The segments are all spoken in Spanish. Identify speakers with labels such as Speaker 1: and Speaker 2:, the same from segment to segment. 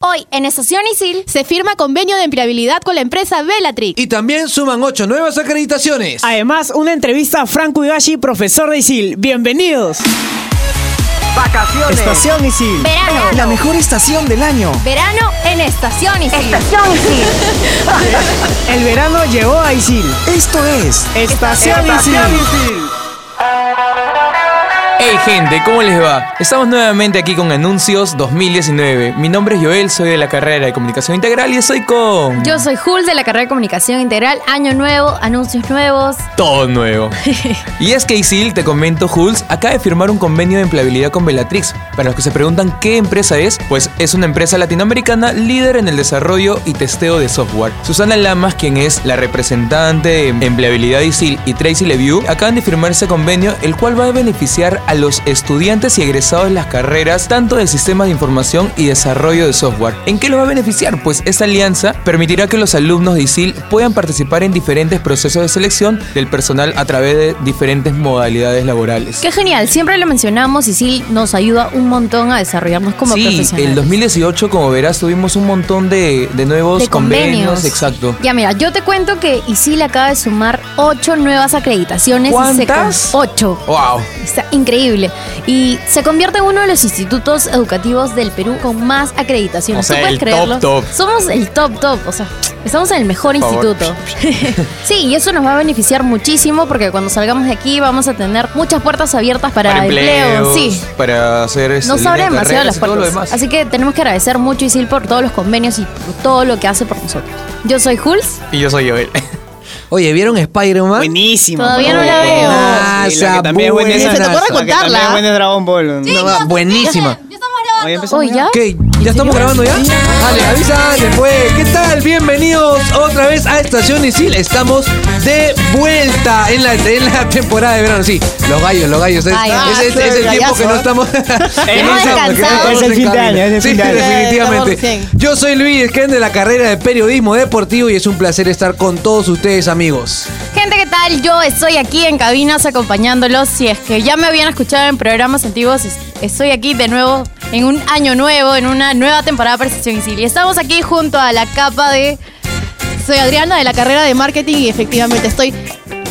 Speaker 1: Hoy, en Estación Isil,
Speaker 2: Se firma convenio de empleabilidad con la empresa Bellatrix.
Speaker 3: Y también suman ocho nuevas acreditaciones.
Speaker 4: Además, una entrevista a Franco Ibashi, profesor de ISIL. ¡Bienvenidos!
Speaker 5: Vacaciones.
Speaker 4: Estación ISIL.
Speaker 1: Verano.
Speaker 4: La mejor estación del año.
Speaker 1: verano en Estación Isil.
Speaker 5: Estación Isil.
Speaker 4: El verano llegó a ISIL.
Speaker 5: Esto es
Speaker 4: Estación
Speaker 5: Estación
Speaker 4: ISIL.
Speaker 5: Isil.
Speaker 6: Hey gente, ¿cómo les va? Estamos nuevamente aquí con Anuncios 2019. Mi nombre es Joel, soy de la carrera de Comunicación Integral y estoy con
Speaker 1: Yo soy Jul de la carrera de Comunicación Integral. Año nuevo, anuncios nuevos.
Speaker 6: todo nuevo. y es que Isil, te comento, Jules, acaba de firmar un convenio de empleabilidad con Bellatrix. Para los que se preguntan qué empresa es, pues es una empresa latinoamericana líder en el desarrollo y testeo de software. Susana Lamas, quien es la representante de empleabilidad de Isil y Tracy Leview, acaban de firmar ese convenio, el cual va a beneficiar a los estudiantes y egresados de las carreras tanto del sistema de información y desarrollo de software. ¿En qué los va a beneficiar? Pues esta alianza permitirá que los alumnos de ISIL puedan participar en diferentes procesos de selección del personal a través de diferentes modalidades laborales.
Speaker 1: Qué genial, siempre lo mencionamos. Isil nos ayuda un montón a desarrollarnos como
Speaker 6: sí,
Speaker 1: profesionales.
Speaker 6: el 2018, como verás, tuvimos un montón de, de nuevos
Speaker 1: de convenios.
Speaker 6: Exacto.
Speaker 1: Ya mira, yo te cuento que Isil acaba de sumar ocho nuevas acreditaciones. y se con-
Speaker 6: ¿Cuántas?
Speaker 1: Ocho.
Speaker 6: ¡Wow!
Speaker 1: Está increíble. Y se convierte en uno de los institutos educativos del Perú con más acreditaciones.
Speaker 6: O sea,
Speaker 1: ¿Tú puedes
Speaker 6: el
Speaker 1: creerlo?
Speaker 6: top, top.
Speaker 1: Somos el top top. O sea, estamos en el mejor
Speaker 6: Por favor.
Speaker 1: instituto. sí, y eso nos va a beneficiar muchísimo porque cuando salgamos de aquí vamos a tener muchas puertas abiertas para, empleo.
Speaker 6: empleos,
Speaker 1: Sí.
Speaker 6: Para hacer este,
Speaker 1: Nos
Speaker 6: línea de
Speaker 1: abre demasiado
Speaker 6: carreras
Speaker 1: las
Speaker 6: y todo lo
Speaker 1: puertas.
Speaker 6: demás.
Speaker 1: Así que tenemos que agradecer mucho Isil por todos los convenios y por todo lo que hace por nosotros. Yo soy Jules.
Speaker 6: Y yo soy Joel.
Speaker 3: Oye, ¿vieron Spider-Man?
Speaker 4: Buenísimo.
Speaker 1: Todavía no la veo.
Speaker 3: Ah,
Speaker 4: Y la
Speaker 3: esa
Speaker 4: que también es buena es-
Speaker 3: buena.
Speaker 4: la
Speaker 3: Se te ocurre
Speaker 4: que también es
Speaker 1: contarla.
Speaker 4: buena es Dragon Ball.
Speaker 3: No, va, buenísima.
Speaker 4: Oye, empezamos
Speaker 1: Hoy
Speaker 4: ya.
Speaker 1: ya.
Speaker 3: ¿Qué? ¿Ya estamos grabando ya? Dale, avisa, dale, pues. ¿Qué tal? Bienvenidos otra vez a Estación Isil. Estamos de vuelta en la, en la temporada de verano. Sí, los gallos, los gallos. Es,
Speaker 1: Ay, ah,
Speaker 3: es- es- es el tiempo que no estamos. que no estamos, que no
Speaker 1: descansado.
Speaker 4: Es el fin de
Speaker 3: en
Speaker 4: año, es el
Speaker 3: Sí,
Speaker 4: fin de año.
Speaker 3: definitivamente. Yo soy Luis Esquén de la carrera de Periodismo Deportivo y es un placer estar con todos ustedes, amigos.
Speaker 1: Gente, ¿qué tal? Yo estoy aquí en cabinas acompañándolos. Si es que ya me habían escuchado en programas antiguos, es- estoy aquí de nuevo en un año nuevo, en una nueva temporada para Estación Isil. Y estamos aquí junto a la capa de...
Speaker 2: Soy Adriana de la carrera de marketing y efectivamente estoy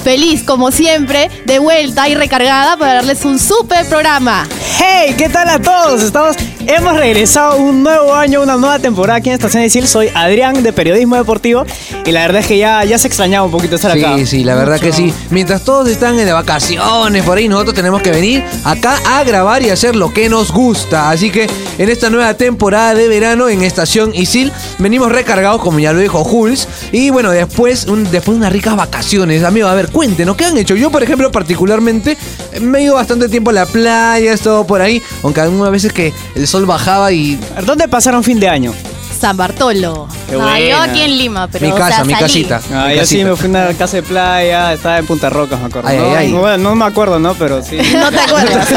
Speaker 2: feliz, como siempre, de vuelta y recargada para darles un super programa.
Speaker 4: Hey, ¿qué tal a todos? Estamos, hemos regresado un nuevo año, una nueva temporada aquí en Estación Isil. Soy Adrián de Periodismo Deportivo y la verdad es que ya, ya se extrañaba un poquito estar acá.
Speaker 3: Sí, sí, la verdad que sí. Mientras todos están en de vacaciones por ahí, nosotros tenemos que venir acá a grabar y hacer lo que nos gusta. Así que en esta nueva temporada de verano en Estación Isil, venimos recargados, como ya lo dijo Jules. Y bueno, después, un- después de unas ricas vacaciones, amigo, a ver, cuéntenos, ¿qué han hecho? Yo, por ejemplo, particularmente, me he ido bastante tiempo a la playa, he estado por ahí, aunque algunas veces que el sol bajaba y
Speaker 4: ¿Dónde pasaron fin de año?
Speaker 2: San Bartolo.
Speaker 4: Qué
Speaker 1: Ah, yo
Speaker 4: buena.
Speaker 1: aquí en Lima, pero
Speaker 3: mi
Speaker 1: o
Speaker 3: casa,
Speaker 1: sea,
Speaker 3: mi
Speaker 1: salí.
Speaker 3: casita.
Speaker 4: Ah,
Speaker 3: mi
Speaker 4: yo sí
Speaker 3: casita.
Speaker 4: me fui a una casa de playa, estaba en Punta Rocas, me acuerdo.
Speaker 3: Ay,
Speaker 4: no,
Speaker 3: ay, ay.
Speaker 4: Bueno, no me acuerdo, ¿no? Pero sí.
Speaker 2: ¿No te acuerdas?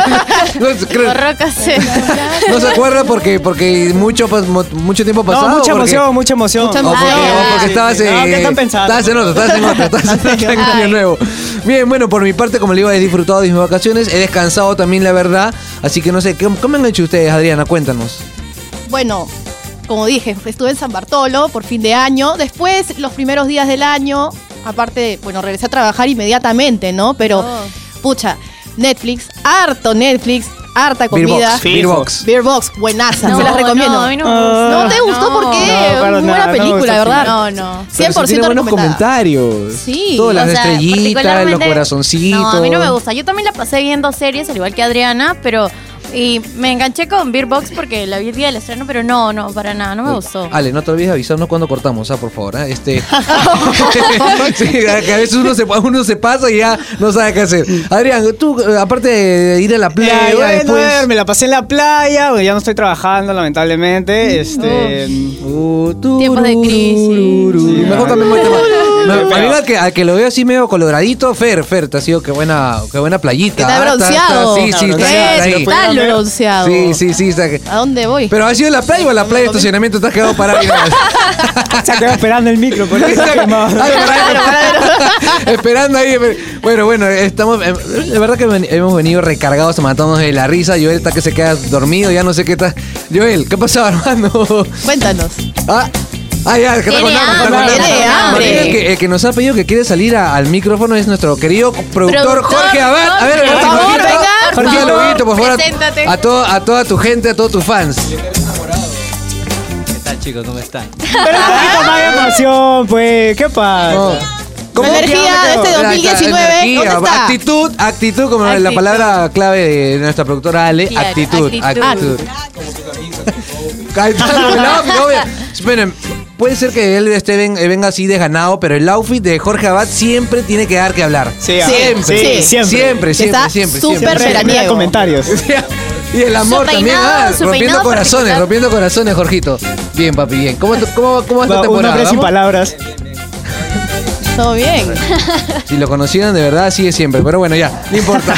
Speaker 3: No, creo-
Speaker 1: Borrocas.
Speaker 3: No se acuerda porque, porque mucho, pas- mo- mucho tiempo pasado.
Speaker 4: no, mucha
Speaker 3: porque-
Speaker 4: emoción, mucha emoción.
Speaker 2: Mucha
Speaker 3: O porque,
Speaker 2: Ah,
Speaker 3: o porque estabas en.
Speaker 4: No, ¿qué están pensando?
Speaker 3: Estabas en otro, estabas en otro, estabas en otro en Año nuevo. Bien, bueno, por mi parte, como le digo, he disfrutado de mis vacaciones, he descansado también, la verdad. Así que no sé, ¿qué, qué me han hecho ustedes, Adriana? Cuéntanos.
Speaker 2: Bueno, como dije, estuve en San Bartolo por fin de año. Después, los primeros días del año, aparte, bueno, regresé a trabajar inmediatamente, ¿no? Pero, pucha, Netflix, harto Netflix, harta comida.
Speaker 3: Beerbox, Beerbox.
Speaker 2: Beer Box, buenaza, se las recomiendo.
Speaker 1: No, a
Speaker 2: No,
Speaker 1: mí no me gusta.
Speaker 4: Ah.
Speaker 2: te gustó
Speaker 1: No.
Speaker 2: porque
Speaker 4: No, para
Speaker 2: buena
Speaker 4: nada, no me
Speaker 2: película,
Speaker 4: gusta
Speaker 2: ¿verdad?
Speaker 1: No, no.
Speaker 2: 100%
Speaker 3: Pero sí tiene buenos
Speaker 2: recomendada.
Speaker 3: comentarios.
Speaker 2: Sí,
Speaker 3: Todas las
Speaker 1: O sea,
Speaker 3: estrellitas, los
Speaker 1: particularmente-
Speaker 3: corazoncitos.
Speaker 1: No, a mí no me gusta. Yo también la pasé viendo series, al igual que Adriana, pero. Y me enganché con Beer Box porque la vi el día del estreno, pero no, no, para nada, no me gustó.
Speaker 3: Ale, no te olvides de avisarnos cuando cortamos, ah, por favor. ah, Este. Sí, que a veces uno se, uno se pasa y ya no sabe qué hacer. Adrián, tú, eh, aparte de ir a la
Speaker 4: Eh,
Speaker 3: playa pues.
Speaker 4: bueno,
Speaker 3: después.
Speaker 4: a ver, me la pasé en la playa, bueno, ya no estoy trabajando, lamentablemente. Este.
Speaker 3: Uh,
Speaker 1: Tiempos de crisis.
Speaker 3: turururu.
Speaker 4: Sí,
Speaker 3: Mejor
Speaker 4: ah.
Speaker 3: cambiemos de tema. No, a mí al que, al que lo veo así medio coloradito, Fer, Fer, te ha sido que buena, qué buena playita.
Speaker 2: Que está
Speaker 3: ah,
Speaker 2: bronceado.
Speaker 3: sí, sí, está,
Speaker 2: ¿Qué?
Speaker 3: está ahí.
Speaker 2: ¿Qué tal lo bronceado?
Speaker 3: Sí, sí, sí, está que-
Speaker 2: ¿A dónde voy?
Speaker 3: Pero ha sido en la playa o en la playa de estacionamiento te has quedado parado. y nada más?
Speaker 4: Se ha quedado esperando el micro, por eso se ha
Speaker 3: Ay,
Speaker 4: quemado.
Speaker 3: parado, Esperando ahí. pero- Bueno, bueno, estamos. eh, De verdad que ven- hemos venido recargados, matándonos de la risa. Joel está que se queda dormido, ya no sé qué está. Joel, ¿qué ha pasado, hermano?
Speaker 2: Cuéntanos.
Speaker 3: Ah, ah, ya, que está
Speaker 1: Tiene
Speaker 3: con hambre, está con
Speaker 1: hambre,
Speaker 3: hambre.
Speaker 2: tiene hambre.
Speaker 3: El que, el que nos ha pedido que quiere salir a- al micrófono es nuestro querido productor,
Speaker 1: Productor
Speaker 3: Jorge Abad. A ver,
Speaker 1: Jorge,
Speaker 3: Jorge,
Speaker 2: por favor,
Speaker 3: Jorgito,
Speaker 2: venga, por
Speaker 3: Jorge
Speaker 2: favor,
Speaker 3: Loguito, por favor.
Speaker 1: preséntate.
Speaker 3: A, todo- a toda tu gente, a todos tus fans.
Speaker 7: ¿Qué tal chicos? ¿Cómo están?
Speaker 4: Pero un poquito más de emoción, pues. ¿Qué pasa?
Speaker 3: No.
Speaker 2: La energía
Speaker 3: que-
Speaker 2: de este
Speaker 3: La- la
Speaker 2: 2019,
Speaker 3: energía,
Speaker 2: ¿dónde está?
Speaker 3: Actitud, actitud, como la
Speaker 1: Actitud.
Speaker 3: palabra clave de nuestra productora Ale,
Speaker 1: Claro,
Speaker 3: actitud,
Speaker 1: actitud.
Speaker 3: actitud. Ahí está, con el outfit, obvio. Esperen, puede ser que él esté ven- venga así desganado, pero el outfit de Jorge Abad siempre tiene que dar que hablar.
Speaker 4: Sí, ah,
Speaker 3: siempre,
Speaker 4: sí,
Speaker 3: siempre, siempre, siempre,
Speaker 4: siempre.
Speaker 2: Está
Speaker 3: siempre,
Speaker 2: súper
Speaker 3: siempre.
Speaker 4: Siempre
Speaker 2: veraniego.
Speaker 4: mira comentarios.
Speaker 3: Y el amor
Speaker 1: Su peinado,
Speaker 3: también, ah,
Speaker 1: su
Speaker 3: rompiendo
Speaker 1: peinado
Speaker 3: corazones,
Speaker 1: particular.
Speaker 3: rompiendo corazones, Jorgito. Bien, papi, bien. ¿Cómo, cómo, cómo va esta
Speaker 4: Va, Un
Speaker 3: temporada?
Speaker 4: hombre sin
Speaker 3: ¿Vamos?
Speaker 4: palabras.
Speaker 2: Todo bien.
Speaker 3: Si lo conocieran de verdad, sigue siempre. Pero bueno, ya, no importa.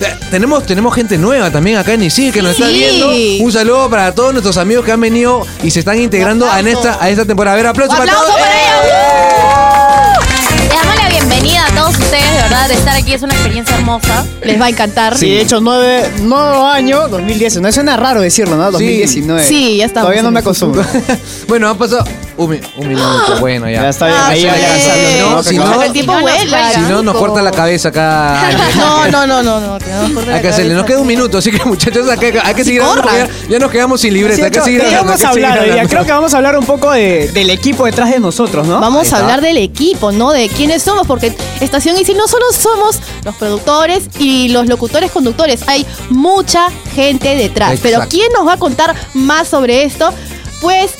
Speaker 3: Eh, tenemos, tenemos gente nueva también acá en Isil que nos está
Speaker 2: Sí.
Speaker 3: viendo. Un saludo para todos nuestros amigos que han venido y se están integrando a
Speaker 2: aplauso.
Speaker 3: esta, a esta temporada. A ver, aplausos para
Speaker 2: ¡Aplauso
Speaker 3: todos. Eh.
Speaker 1: para ellos! Les damos la bienvenida a todos ustedes, de verdad, de estar aquí es una experiencia hermosa.
Speaker 3: ¡Eh!
Speaker 2: Les va a encantar.
Speaker 4: Sí, de hecho, nueve, nuevo año, 2019. Suena raro decirlo, ¿no? 2019.
Speaker 2: Sí, ya estamos
Speaker 4: Todavía no
Speaker 2: en
Speaker 4: me
Speaker 2: el
Speaker 4: acostumbro.
Speaker 3: bueno, han pasado un, mi- un minuto. Bueno, ya.
Speaker 4: ya está bien.
Speaker 2: Ah,
Speaker 4: Ahí
Speaker 2: sí.
Speaker 4: alcanzando,
Speaker 3: No, si no-
Speaker 2: el tiempo
Speaker 1: Si no, nos
Speaker 2: vuela.
Speaker 1: cuelga.
Speaker 3: Si no, nos
Speaker 2: chicos.
Speaker 3: corta la cabeza acá.
Speaker 2: No, no, no, no, no. que no nos corte la
Speaker 3: Hay que hacerle. Nos
Speaker 2: cabeza.
Speaker 3: queda un minuto, así que muchachos, hay que, hay que seguir hablando porque
Speaker 2: corran.
Speaker 3: ya, ya nos quedamos sin
Speaker 4: Sí,
Speaker 3: libreta. Hay que
Speaker 4: hecho,
Speaker 3: seguir
Speaker 4: de ello
Speaker 3: hablando, hay
Speaker 4: vamos
Speaker 3: que
Speaker 4: a
Speaker 3: seguir
Speaker 4: hablar hoy día.
Speaker 3: hablando.
Speaker 4: Creo que vamos a hablar un poco de- del equipo detrás de nosotros, ¿no?
Speaker 2: Vamos
Speaker 3: está.
Speaker 2: a hablar del equipo, no de quiénes somos, porque Estación Isil no solo somos los productores y los locutores conductores, hay mucha gente detrás.
Speaker 3: Exacto.
Speaker 2: Pero ¿quién nos va a contar más sobre esto? Pues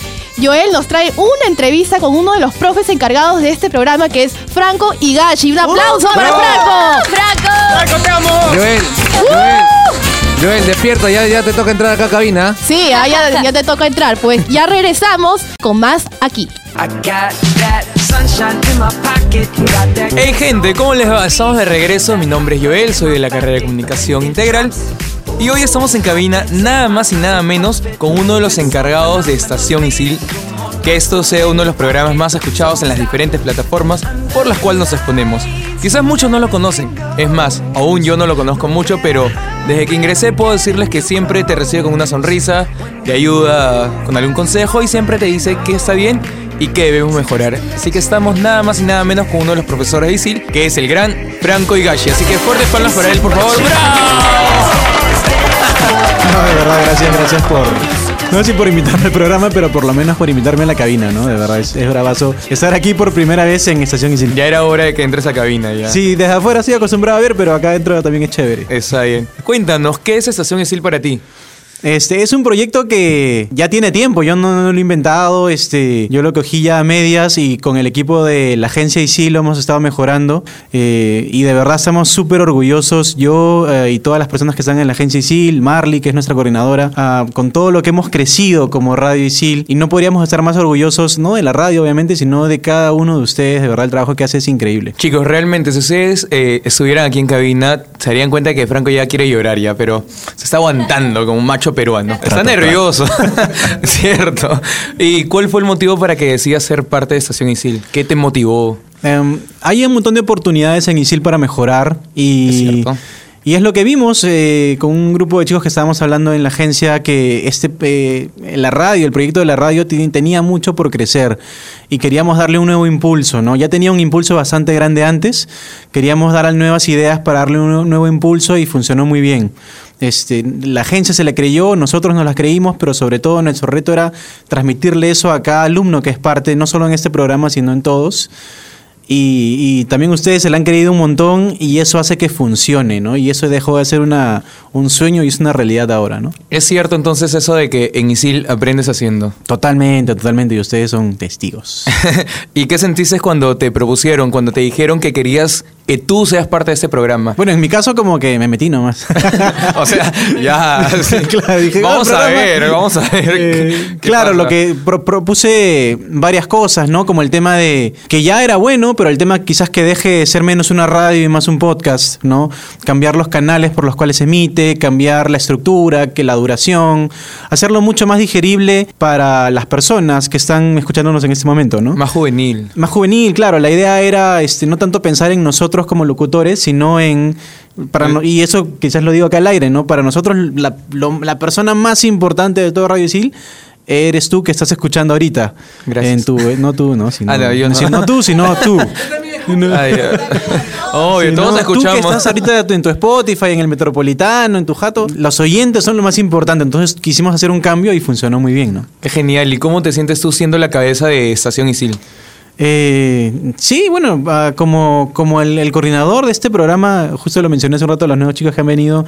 Speaker 2: Joel nos trae una entrevista con uno de los profes encargados de este programa, que es Franco Higashi. ¡Un aplauso para
Speaker 3: ¡Bravo!
Speaker 2: Franco!
Speaker 1: ¡Oh, ¡Franco!
Speaker 3: Joel, Joel,
Speaker 4: ¡Uh!
Speaker 3: Joel, despierta, ya, ya te toca entrar acá a cabina.
Speaker 2: Sí, ah, ya, ya te toca entrar. Pues ya regresamos con más aquí.
Speaker 5: I got that sunshine in my pocket. Got that
Speaker 6: Hey gente, ¿cómo les va? Estamos de regreso, mi nombre es Joel, soy de la carrera de Comunicación Integral y hoy estamos en cabina nada más y nada menos con uno de los encargados de Estación Isil, que esto sea uno de los programas más escuchados en las diferentes plataformas por las cuales nos exponemos. Quizás muchos no lo conocen, es más, aún yo no lo conozco mucho, pero desde que ingresé puedo decirles que siempre te recibe con una sonrisa, te ayuda con algún consejo y siempre te dice que está bien y que debemos mejorar. Así que estamos nada más y nada menos con uno de los profesores de ISIL, que es el gran Franco Higashi. Así que fuertes palmas para él, por favor. ¡Bravo!
Speaker 8: No, de verdad, gracias, gracias por. No sé si por invitarme al programa, pero por lo menos por invitarme a la cabina, ¿no? De verdad, es, es bravazo estar aquí por primera vez en Estación Isil.
Speaker 6: Ya era hora de que entres a cabina ya.
Speaker 8: Sí, desde afuera estoy acostumbrado a ver, pero acá adentro también es chévere.
Speaker 6: Está bien. Cuéntanos, ¿qué es Estación ISIL para ti?
Speaker 8: Este es un proyecto que ya tiene tiempo, yo no, no lo he inventado, este, yo lo cogí ya a medias y con el equipo de la agencia IC lo hemos estado mejorando eh, y de verdad estamos súper orgullosos, yo eh, y todas las personas que están en la agencia IC, Marley que es nuestra coordinadora, ah, con todo lo que hemos crecido como Radio IC y no podríamos estar más orgullosos, no de la radio obviamente, sino de cada uno de ustedes, de verdad el trabajo que hace es increíble.
Speaker 6: Chicos, realmente, si ustedes eh, estuvieran aquí en cabina, se darían cuenta que Franco ya quiere llorar ya, pero se está aguantando como un macho peruano. Está nervioso, ¿cierto? ¿Y cuál fue el motivo para que decidas ser parte de Estación ISIL? ¿Qué te motivó?
Speaker 8: Em, hay un montón de oportunidades en ISIL para mejorar
Speaker 6: Es
Speaker 8: y...
Speaker 6: cierto.
Speaker 8: y es lo que vimos eh, con un grupo de chicos que estábamos hablando en la agencia que este eh, la radio, el proyecto de la radio ti- tenía mucho por crecer y queríamos darle un nuevo impulso, ¿no? Ya tenía un impulso bastante grande antes, queríamos dar nuevas ideas para darle un nue- nuevo impulso y funcionó muy bien. Este, la agencia se la creyó, nosotros nos las creímos, pero sobre todo nuestro reto era transmitirle eso a cada alumno que es parte, no solo en este programa, sino en todos. Y, y también ustedes se la han creído un montón y eso hace que funcione, ¿no? Y eso dejó de ser una, un sueño y es una realidad ahora, ¿no?
Speaker 6: ¿Es cierto entonces eso de que en ISIL aprendes haciendo?
Speaker 8: Totalmente, totalmente. Y ustedes son testigos.
Speaker 6: ¿Y qué sentiste cuando te propusieron, cuando te dijeron que querías que tú seas parte de este programa.
Speaker 8: Bueno, en mi caso como que me metí nomás.
Speaker 6: o sea, ya. sí.
Speaker 8: Claro, dije,
Speaker 6: vamos a
Speaker 8: "Ah, programa".
Speaker 6: ver, vamos a ver.
Speaker 8: Eh,
Speaker 6: qué- qué
Speaker 8: claro,
Speaker 6: pasa.
Speaker 8: lo que pro- propuse varias cosas, ¿no? Como el tema de que ya era bueno, pero el tema quizás que deje de ser menos una radio y más un podcast, ¿no? Cambiar los canales por los cuales se emite, cambiar la estructura, que la duración, hacerlo mucho más digerible para las personas que están escuchándonos en este momento, ¿no?
Speaker 6: Más juvenil.
Speaker 8: Más juvenil, claro. La idea era este, no tanto pensar en nosotros como locutores, sino en. Para no- y eso quizás lo digo acá al aire, ¿no? Para nosotros, la, lo- la persona más importante de todo Radio Isil eres tú que estás escuchando ahorita.
Speaker 6: Gracias.
Speaker 8: En tu, eh, no tú, ¿no? Sino,
Speaker 6: Ah, no, yo no.
Speaker 8: si tú, sino tú.
Speaker 6: Ay, eh. Obvio,
Speaker 8: Si
Speaker 6: todos
Speaker 8: no, Tú
Speaker 6: escuchamos.
Speaker 8: que estás ahorita en tu Spotify, en el Metropolitano, en tu jato, los oyentes son lo más importante. Entonces quisimos hacer un cambio y funcionó muy bien, ¿no?
Speaker 6: Qué genial. ¿Y cómo te sientes tú siendo la cabeza de Estación Isil?
Speaker 8: Eh, sí, bueno, ah, como, como el, el coordinador de este programa, justo lo mencioné hace un rato, los nuevos chicos que han venido,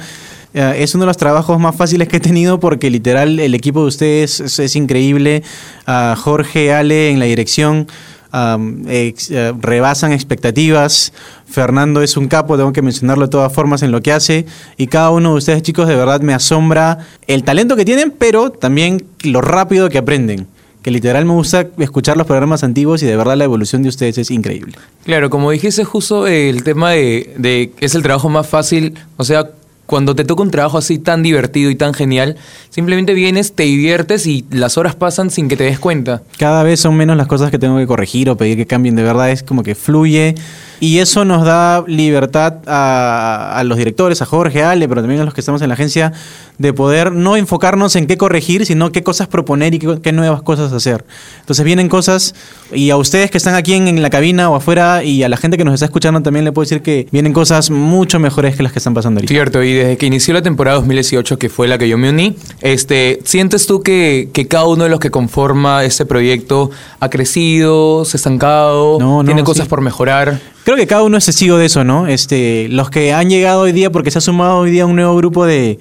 Speaker 8: eh, es uno de los trabajos más fáciles que he tenido porque literal el equipo de ustedes es, es increíble. Ah, Jorge, Ale en la dirección. am, ex- eh, rebasan expectativas. Fernando es un capo, tengo que mencionarlo de todas formas en lo que hace. Y cada uno de ustedes, chicos, de verdad me asombra el talento que tienen, pero también lo rápido que aprenden que literal me gusta escuchar los programas antiguos y de verdad la evolución de ustedes es increíble.
Speaker 6: Claro, como dijiste justo eh, el tema de, de que es el trabajo más fácil, o sea, cuando te toca un trabajo así tan divertido y tan genial, simplemente vienes, te diviertes y las horas pasan sin que te des cuenta.
Speaker 8: Cada vez son menos las cosas que tengo que corregir o pedir que cambien, de verdad es como que fluye y eso nos da libertad a, a los directores, a Jorge, a Ale, pero también a los que estamos en la agencia, de poder no enfocarnos en qué corregir, sino qué cosas proponer y qué, qué nuevas cosas hacer. Entonces vienen cosas y a ustedes que están aquí en, en la cabina o afuera y a la gente que nos está escuchando también le puedo decir que vienen cosas mucho mejores que las que están pasando ahorita.
Speaker 6: Cierto, y desde que inició la temporada 2018, que fue la que yo me uní, este, ¿sientes tú que, que cada uno de los que conforma este proyecto ha crecido, se ha estancado,
Speaker 8: No, no,
Speaker 6: tiene cosas
Speaker 8: sí.
Speaker 6: por mejorar?
Speaker 8: Creo que cada uno es testigo de eso, ¿no? Este, los que han llegado hoy día, porque se ha sumado hoy día un nuevo grupo de,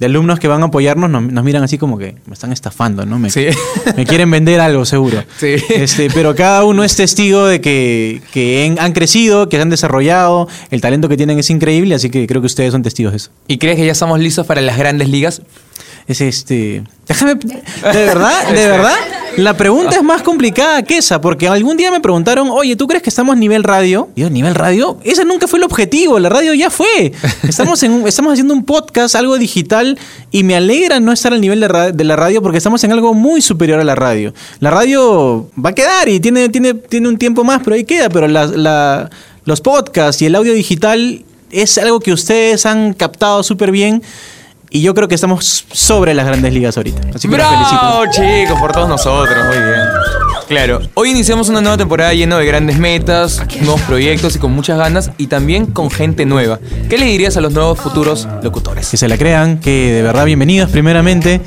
Speaker 8: de alumnos que van a apoyarnos, nos, nos miran así como que me están estafando, ¿no? Me,
Speaker 6: Sí.
Speaker 8: me quieren vender algo, seguro.
Speaker 6: Sí.
Speaker 8: Este, pero cada uno es testigo de que, que en- han crecido, que se han desarrollado, el talento que tienen es increíble, así que creo que ustedes son testigos de eso.
Speaker 6: ¿Y crees que ya estamos listos para las grandes ligas?
Speaker 8: Es este. Déjame. De verdad, de verdad. La pregunta es más complicada que esa, porque algún día me preguntaron, oye, ¿tú crees que estamos nivel radio? Y yo, ¿nivel radio? Ese nunca fue el objetivo, la radio ya fue. Estamos, en, un- estamos haciendo un podcast, algo digital, y me alegra no estar al nivel de, ra- de la radio porque estamos en algo muy superior a la radio. La radio va a quedar y tiene, tiene, tiene un tiempo más, pero ahí queda, pero la- la- los podcasts y el audio digital es algo que ustedes han captado súper bien. Y yo creo que estamos sobre las grandes ligas ahorita. Así que los
Speaker 6: ¡Bravo,
Speaker 8: felicito.
Speaker 6: chicos! Por todos nosotros, muy bien. Claro, hoy iniciamos una nueva temporada llena de grandes metas, nuevos proyectos y con muchas ganas y también con gente nueva. ¿Qué le dirías a los nuevos futuros locutores?
Speaker 8: Que se la crean, que de verdad bienvenidos primeramente.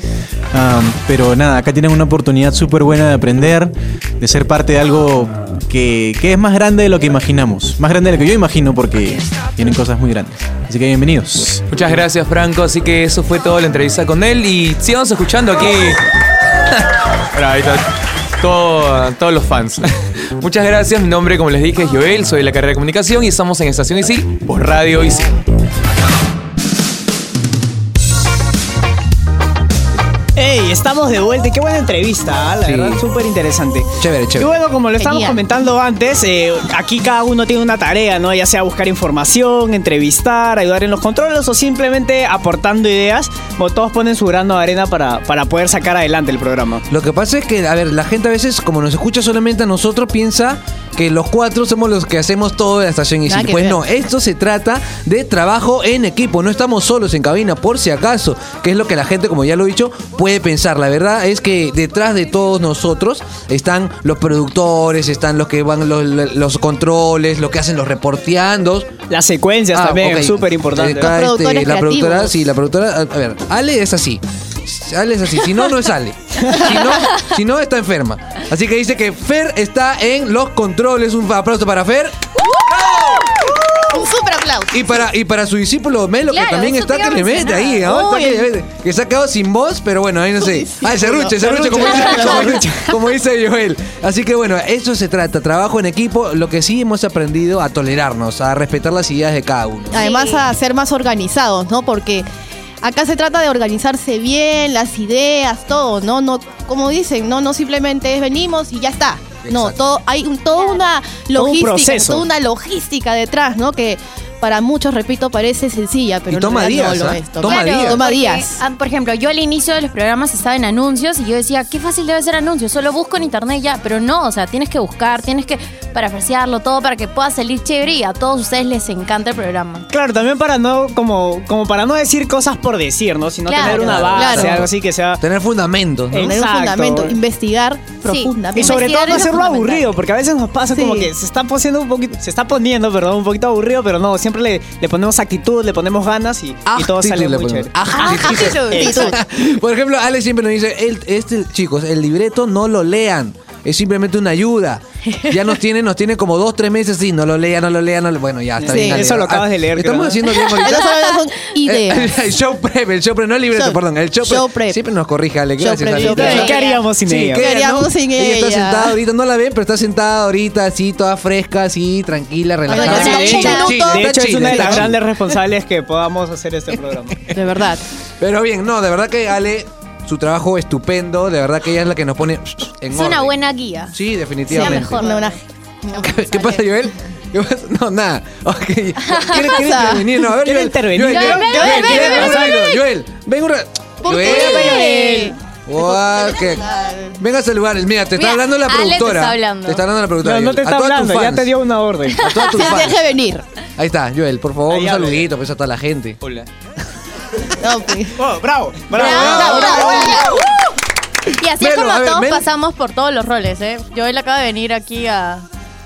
Speaker 8: Am, pero nada, acá tienen una oportunidad súper buena de aprender, de ser parte de algo que, que es más grande de lo que imaginamos. Más grande de lo que yo imagino porque tienen cosas muy grandes. Así que bienvenidos.
Speaker 6: Muchas gracias, Franco. Así que eso fue todo la entrevista con él y sigamos escuchando aquí. Mira, ahí está todo- todos los fans. Muchas gracias. Mi nombre, como les dije, es Joel. Soy de la carrera de comunicación y estamos en Estación ISIL por Radio ISIL.
Speaker 4: Hey, estamos de vuelta y qué buena entrevista, ¿ah? la verdad, súper interesante.
Speaker 3: Chévere,
Speaker 4: Y
Speaker 3: chévere.
Speaker 4: bueno, como lo estábamos
Speaker 2: Genial.
Speaker 4: comentando antes, eh, aquí cada uno tiene una tarea, ¿no? Ya sea buscar información, entrevistar, ayudar en los controles o simplemente aportando ideas. Como todos ponen su grano de arena para, para poder sacar adelante el programa.
Speaker 3: Lo que pasa es que, a ver, la gente a veces, como nos escucha solamente a nosotros, piensa que los cuatro somos los que hacemos todo de la estación
Speaker 2: Nada
Speaker 3: Isil.
Speaker 2: que
Speaker 3: Pues
Speaker 2: ver.
Speaker 3: no, esto se trata de trabajo en equipo. No estamos solos en cabina, por si acaso, que es lo que la gente, como ya lo he dicho, puede pensar. La verdad es que detrás de todos nosotros están los productores, están los que van los, los controles, los que hacen los reporteandos.
Speaker 4: Las secuencias
Speaker 3: Ah,
Speaker 4: también,
Speaker 3: ok.
Speaker 4: súper importante.
Speaker 3: Eh, cada, este,
Speaker 2: Productores
Speaker 3: la productora,
Speaker 2: creativos.
Speaker 3: sí, la productora. A a ver, Ale es así. Ale es así. Si no, no es Ale. Si no, si no, está enferma. Así que dice que Fer está en los controles. Un aplauso para Fer.
Speaker 2: Un super aplauso.
Speaker 3: Y para, y para su discípulo Melo,
Speaker 1: Claro,
Speaker 3: que también
Speaker 1: eso te
Speaker 3: está
Speaker 1: iba
Speaker 3: que
Speaker 1: a
Speaker 3: le mete
Speaker 1: mencionar.
Speaker 3: ahí, ¿no?
Speaker 2: Uy,
Speaker 3: Está que,
Speaker 2: el-
Speaker 3: le mete. que se ha quedado sin voz, pero bueno, ahí no sé. Ah, el serruche, el serruche, como dice,
Speaker 2: Claro.
Speaker 3: como dice- como dice Joel. Así que bueno, eso se trata, trabajo en equipo, lo que sí hemos aprendido a tolerarnos, a respetar las ideas de cada uno.
Speaker 2: Además
Speaker 1: Sí.
Speaker 2: a ser más organizados, ¿no? Porque acá se trata de organizarse bien, las ideas, todo, ¿no? No, como dicen, no, no simplemente es venimos y ya está. No,
Speaker 3: Exacto.
Speaker 2: todo, hay un, toda una
Speaker 4: Todo un
Speaker 2: logística,
Speaker 4: proceso.
Speaker 2: toda una logística detrás, ¿no? Que para muchos, repito, parece sencilla, pero
Speaker 3: Y toma
Speaker 2: en realidad
Speaker 3: días,
Speaker 2: no lo
Speaker 3: ¿ah?
Speaker 2: es.
Speaker 3: Toma
Speaker 1: Claro,
Speaker 3: días.
Speaker 2: Toma
Speaker 1: porque,
Speaker 2: días.
Speaker 1: ah, por ejemplo, yo al inicio de los programas estaba en anuncios y yo decía, qué fácil debe ser anuncios, solo busco en internet y ya, pero no, o sea, tienes que buscar, tienes que parafrasearlo todo para que pueda salir chévere y a todos ustedes les encanta el programa.
Speaker 4: Claro, también para no, como, como para no decir cosas por decir, ¿no? Sino
Speaker 1: Claro.
Speaker 4: tener una
Speaker 3: Claro.
Speaker 4: base,
Speaker 2: Claro.
Speaker 4: algo así que sea.
Speaker 3: Tener fundamentos, ¿no?
Speaker 4: Eh,
Speaker 2: Tener un
Speaker 4: Exacto.
Speaker 2: fundamento, investigar profundamente.
Speaker 4: Y sobre todo
Speaker 1: Investigar es
Speaker 4: no
Speaker 1: lo
Speaker 4: hacerlo
Speaker 1: fundamental.
Speaker 4: aburrido, porque a veces nos pasa como
Speaker 2: Sí.
Speaker 4: que se está poniendo un poquito, se está poniendo, perdón, un poquito aburrido, pero no, siempre le, le ponemos actitud, le ponemos ganas y,
Speaker 2: Ah,
Speaker 4: y todo
Speaker 3: Ah, Actitud
Speaker 4: sale
Speaker 3: le
Speaker 4: muy
Speaker 3: ponemos.
Speaker 4: chévere.
Speaker 2: Actitud.
Speaker 3: Por ejemplo, Alex siempre nos dice, el- este, chicos, el libreto no lo lean. Es simplemente una ayuda. Ya nos tiene, nos tiene como dos, tres meses y no lo lean, no lo lean. no lo- bueno, ya está
Speaker 2: Sí.
Speaker 3: bien. dale,
Speaker 4: Eso
Speaker 3: va.
Speaker 4: lo acabas de leer,
Speaker 3: Estamos
Speaker 4: creo,
Speaker 3: haciendo
Speaker 4: ¿no?
Speaker 3: bien ahorita.
Speaker 2: Esas solamente son ideas.
Speaker 3: El, el show prep, el show prep, no el libreto,
Speaker 2: Show-
Speaker 3: perdón. El show,
Speaker 2: show
Speaker 3: prep.
Speaker 2: prep.
Speaker 3: Siempre nos corrige, Alex.
Speaker 2: Show
Speaker 3: Gracias,
Speaker 2: prep,
Speaker 3: Alex.
Speaker 2: show prep.
Speaker 4: ¿Qué haríamos sin
Speaker 3: Sí,
Speaker 4: ella?
Speaker 3: ¿qué
Speaker 2: ¿Qué haríamos
Speaker 3: no?
Speaker 2: sin
Speaker 3: está
Speaker 2: ella?
Speaker 3: sentada ahorita, no la ven, pero está sentada ahorita, así, toda fresca, así, tranquila, relajada.
Speaker 2: Relajada,
Speaker 3: Está
Speaker 4: de
Speaker 2: un
Speaker 4: hecho,
Speaker 3: chila,
Speaker 2: minuto.
Speaker 3: chila,
Speaker 4: de
Speaker 3: está
Speaker 4: hecho, es
Speaker 3: chila,
Speaker 4: una de
Speaker 3: está
Speaker 4: las
Speaker 3: chila.
Speaker 4: grandes responsables que podamos hacer este programa.
Speaker 3: Eh,
Speaker 2: De verdad.
Speaker 3: Pero bien, no, de verdad que Ale, su trabajo estupendo, de verdad que ella es la que nos pone en
Speaker 1: Es
Speaker 3: orden.
Speaker 1: una buena guía.
Speaker 3: Sí, definitivamente.
Speaker 1: mejor.
Speaker 2: Una- una-
Speaker 3: ¿Qué, qué pasa, Joel? ¿Qué pasa? No, nada. Ok. ¿Quieren, quieren
Speaker 2: pasa?
Speaker 3: intervenir? No, a ver,
Speaker 4: ¿Quiere
Speaker 3: Joel.
Speaker 4: intervenir?
Speaker 3: Joel,
Speaker 1: Ven, ven, ven, ven, ven,
Speaker 3: ven, ven, ven, Joel, ven un rato.
Speaker 2: ¿Por
Speaker 3: Joel.
Speaker 2: qué?
Speaker 3: Guau, que- Venga a saludarles. Mira, te está
Speaker 1: Mira,
Speaker 3: hablando la
Speaker 1: Ale te
Speaker 3: productora.
Speaker 1: está hablando.
Speaker 3: Te está hablando la productora.
Speaker 4: No, no
Speaker 3: Joel.
Speaker 4: te
Speaker 3: a
Speaker 4: está
Speaker 3: todas tus
Speaker 4: hablando, ya
Speaker 3: fans.
Speaker 4: te dio una orden.
Speaker 3: A todas tus
Speaker 2: Se
Speaker 3: fans.
Speaker 2: deje venir.
Speaker 3: Ahí está, Joel, por favor,
Speaker 4: Ahí
Speaker 3: un
Speaker 4: habla,
Speaker 3: saludito pues, a toda la gente.
Speaker 6: Hola.
Speaker 2: No, pues.
Speaker 4: Oh, bravo, bravo,
Speaker 1: Bravo,
Speaker 4: bravo,
Speaker 1: bravo,
Speaker 4: bravo.
Speaker 1: bravo. Y así es
Speaker 3: Melo,
Speaker 1: como
Speaker 3: a ver,
Speaker 1: todos
Speaker 3: Mel.
Speaker 1: pasamos por todos los roles, ¿eh? Yo él acaba de venir aquí a...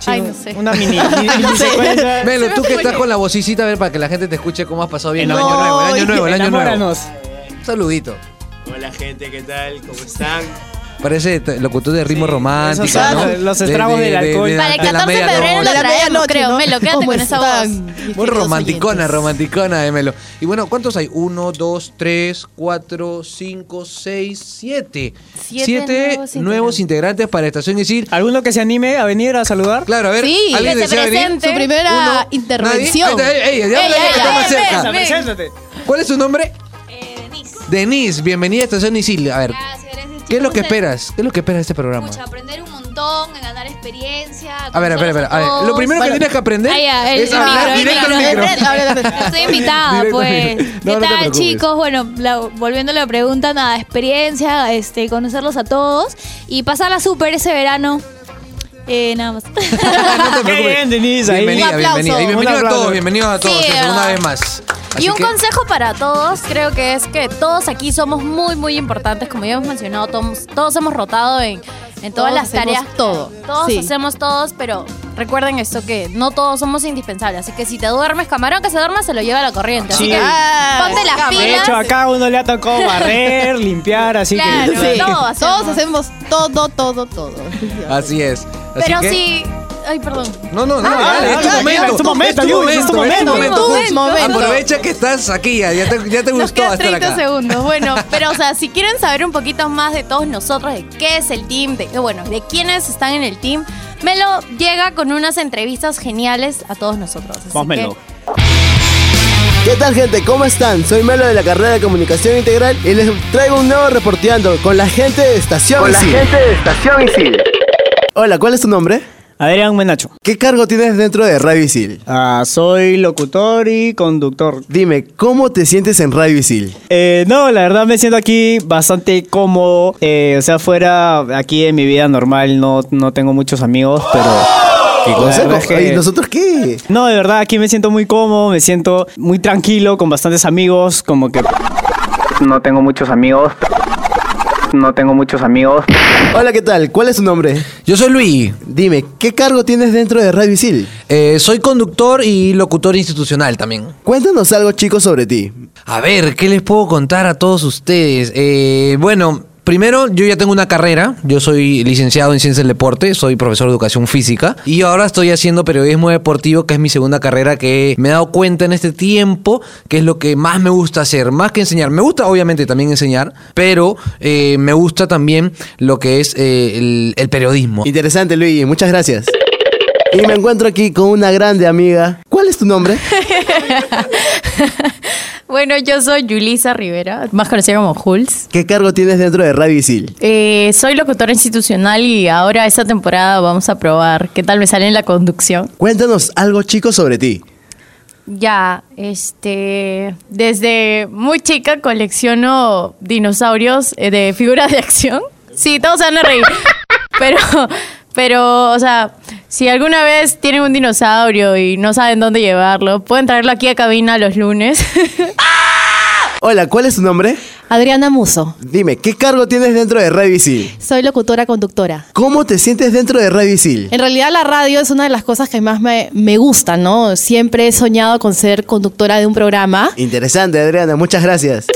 Speaker 1: Ay, no sé.
Speaker 4: Una mini, mini secuencia.
Speaker 3: Melo, tú que
Speaker 1: fue.
Speaker 3: estás con la vocicita, a ver, para que la gente te escuche cómo has pasado bien el año
Speaker 4: No,
Speaker 3: nuevo, el año nuevo, el año nuevo.
Speaker 4: Enamóranos.
Speaker 3: Un saludito.
Speaker 7: Hola gente, ¿qué tal? ¿Cómo están?
Speaker 3: Parece t- locutor de ritmo romántico,
Speaker 4: esos son
Speaker 3: ¿no?
Speaker 4: los- los estragos del alcohol.
Speaker 1: Para el
Speaker 3: de la
Speaker 1: 14 de
Speaker 3: medianoche.
Speaker 1: febrero lo
Speaker 2: La
Speaker 1: traemos,
Speaker 2: medianoche,
Speaker 1: creo.
Speaker 2: ¿no?
Speaker 1: Melo, quédate
Speaker 2: ¿Cómo
Speaker 1: con esa
Speaker 2: están,
Speaker 1: voz.
Speaker 2: mis
Speaker 3: Muy
Speaker 2: queridos
Speaker 3: romanticona,
Speaker 2: oyentes?
Speaker 3: romanticona de Melo. Y bueno, ¿cuántos hay? Uno, dos, tres, cuatro, cinco, seis, siete.
Speaker 1: Siete nuevos
Speaker 3: nuevos integrantes para Estación Isil.
Speaker 4: ¿Alguno que se anime a venir a saludar?
Speaker 3: Claro, a ver,
Speaker 2: Sí,
Speaker 3: ¿alguien
Speaker 1: que se
Speaker 3: desea venir?
Speaker 1: presente.
Speaker 2: Su primera
Speaker 3: Uno,
Speaker 2: intervención.
Speaker 3: nadie. Ahí está, ey, ey,
Speaker 1: Ey,
Speaker 3: ya habla ella
Speaker 1: ey,
Speaker 3: que está
Speaker 1: ey,
Speaker 3: más
Speaker 1: ven,
Speaker 3: cerca.
Speaker 1: ven.
Speaker 4: Preséntate.
Speaker 3: ¿Cuál es tu nombre?
Speaker 9: Eh,
Speaker 3: Denise, bienvenida a Estación Isil. A ver, ¿qué es lo que esperas? ¿Qué es lo que esperas de este programa?
Speaker 9: Escucha, aprender un montón, a ganar experiencia.
Speaker 3: A ver, a ver, a ver, a ver. Lo primero que tienes que aprender
Speaker 9: Ay, ya, el-
Speaker 3: es
Speaker 9: el
Speaker 3: hablar
Speaker 9: micro, el
Speaker 3: directo al
Speaker 9: micro.
Speaker 3: micro.
Speaker 9: Estoy invitada,
Speaker 3: Directo,
Speaker 9: pues.
Speaker 3: mira. No,
Speaker 9: ¿Qué
Speaker 3: no te
Speaker 9: tal,
Speaker 3: preocupes.
Speaker 9: chicos? Bueno, la- volviendo a la pregunta, nada, experiencia, este, conocerlos a todos y pasarla súper ese verano. Eh, nada más.
Speaker 3: No te
Speaker 4: Qué
Speaker 3: preocupes.
Speaker 4: bien, Denise, ahí.
Speaker 3: Bienvenida,
Speaker 2: Un aplauso.
Speaker 3: bienvenida. Y
Speaker 4: Un
Speaker 3: bienvenido a
Speaker 4: aplauso.
Speaker 3: todos, bienvenidos a todos.
Speaker 1: Sí,
Speaker 3: una
Speaker 1: ¿verdad?
Speaker 3: vez más. Así
Speaker 1: Y un
Speaker 3: que-
Speaker 1: consejo para todos, creo que es que todos aquí somos muy, muy importantes, como ya hemos mencionado, todos, todos hemos rotado en, en todas
Speaker 2: Todos
Speaker 1: las
Speaker 2: hacemos
Speaker 1: tareas.
Speaker 2: todo,
Speaker 1: Todos
Speaker 2: sí.
Speaker 1: hacemos todos, pero recuerden esto que no todos somos indispensables. Así que si te duermes, camarón que se duerma se lo lleva la corriente. Así
Speaker 4: Sí.
Speaker 1: que
Speaker 2: Ah,
Speaker 1: ponte las
Speaker 4: De
Speaker 1: pilas.
Speaker 4: hecho, a cada uno le ha tocado barrer, limpiar, así
Speaker 1: Claro.
Speaker 4: que.
Speaker 2: Sí.
Speaker 1: Todo hacemos.
Speaker 2: Todos hacemos todo, todo, todo.
Speaker 3: Así es. Así
Speaker 1: pero
Speaker 3: que-
Speaker 1: sí. Ay, perdón.
Speaker 3: No, no, no, dale,
Speaker 4: dale,
Speaker 3: es tu
Speaker 4: dale,
Speaker 3: momento.
Speaker 4: es tu momento, Diego, es tu momento.
Speaker 3: Kunz.
Speaker 2: Es momento.
Speaker 3: Aprovecha que estás aquí, ya, ya te, ya te
Speaker 1: Nos
Speaker 3: gustó
Speaker 1: quedan
Speaker 3: estar
Speaker 1: 30
Speaker 3: acá.
Speaker 1: segundos. Bueno, pero o sea, si quieren saber un poquito más de todos nosotros, de qué es el team, de eh, bueno, de quiénes están en el team, Melo llega con unas entrevistas geniales a todos nosotros. Así
Speaker 4: Vamos,
Speaker 1: que-
Speaker 4: Melo.
Speaker 10: ¿Qué tal gente? ¿Cómo están? Soy Melo de la carrera de Comunicación Integral y les traigo un nuevo reporteando con la gente de Estación Con la gente de Estación Isil. Hola, ¿cuál es tu nombre?
Speaker 4: Adrián Menacho.
Speaker 10: ¿Qué cargo tienes dentro de Radio Isil?
Speaker 4: Ah, soy locutor y conductor.
Speaker 10: Dime, ¿cómo te sientes en Radio Isil?
Speaker 4: Eh, no, la verdad me siento aquí bastante cómodo. Eh, o sea, fuera aquí en mi vida normal no, no tengo muchos amigos, pero...
Speaker 3: ¡Oh!
Speaker 10: ¿Qué
Speaker 4: cosa?
Speaker 10: ¿Y nosotros qué?
Speaker 4: No, de verdad, aquí me siento muy cómodo, me siento muy tranquilo, con bastantes amigos, como que... No tengo muchos amigos. No tengo muchos amigos.
Speaker 10: Hola, ¿qué tal? ¿Cuál es tu nombre?
Speaker 3: Yo soy Luis,
Speaker 10: Dime, ¿qué cargo tienes dentro de Radio Isil?
Speaker 3: eh, soy conductor y locutor institucional también.
Speaker 10: Cuéntanos algo chicos sobre ti.
Speaker 3: A ver, ¿qué les puedo contar a todos ustedes? Eh, bueno, Primero, yo ya tengo una carrera. Yo soy licenciado en ciencias del deporte, soy profesor de educación física y ahora estoy haciendo periodismo deportivo, que es mi segunda carrera que me he dado cuenta en este tiempo que es lo que más me gusta hacer, más que enseñar. Me gusta obviamente también enseñar, pero eh, me gusta también lo que es eh, el, el periodismo.
Speaker 10: Interesante, Luigi. Muchas gracias. Y me encuentro aquí con una grande amiga. ¿Cuál es tu nombre?
Speaker 1: Bueno, yo soy Yulisa Rivera, más conocida como Jules.
Speaker 10: ¿Qué cargo tienes dentro de Radio Isil?
Speaker 1: Eh, soy locutora institucional y ahora esta temporada vamos a probar qué tal me sale en la conducción.
Speaker 10: Cuéntanos algo, chico, sobre ti.
Speaker 1: Ya, este, desde muy chica colecciono dinosaurios eh, de figuras de acción. Sí, todos se van a reír. Pero, pero, o sea, si alguna vez tienen un dinosaurio y no saben dónde llevarlo, pueden traerlo aquí a cabina los lunes.
Speaker 10: Hola, ¿cuál es tu nombre?
Speaker 2: Adriana Muso.
Speaker 10: Dime, ¿qué cargo tienes dentro de Radio Isil?
Speaker 2: Soy locutora conductora.
Speaker 10: ¿Cómo te sientes dentro de Radio Isil?
Speaker 2: En realidad la radio es una de las cosas que más me, me gusta, ¿no? Siempre he soñado con ser conductora de un programa.
Speaker 10: Interesante, Adriana. Muchas gracias.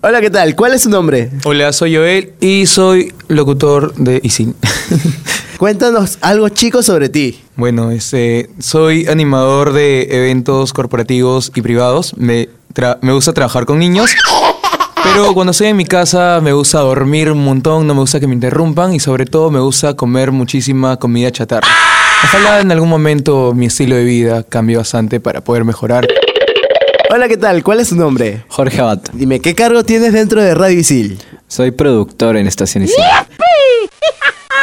Speaker 10: Hola, ¿qué tal? ¿Cuál es tu nombre?
Speaker 6: Hola, soy Joel y soy locutor de ISIN.
Speaker 10: Cuéntanos algo, chico, sobre ti.
Speaker 6: Bueno, este, soy animador de eventos corporativos y privados. Me, tra- me gusta trabajar con niños. Pero cuando estoy en mi casa me gusta dormir un montón, no me gusta que me interrumpan y sobre todo me gusta comer muchísima comida chatarra. Ojalá en algún momento mi estilo de vida cambie bastante para poder mejorar.
Speaker 10: Hola, ¿qué tal? ¿Cuál es tu nombre?
Speaker 11: Jorge Abad.
Speaker 10: Dime, ¿qué cargo tienes dentro de Radio Isil?
Speaker 11: Soy productor en Estación Isil.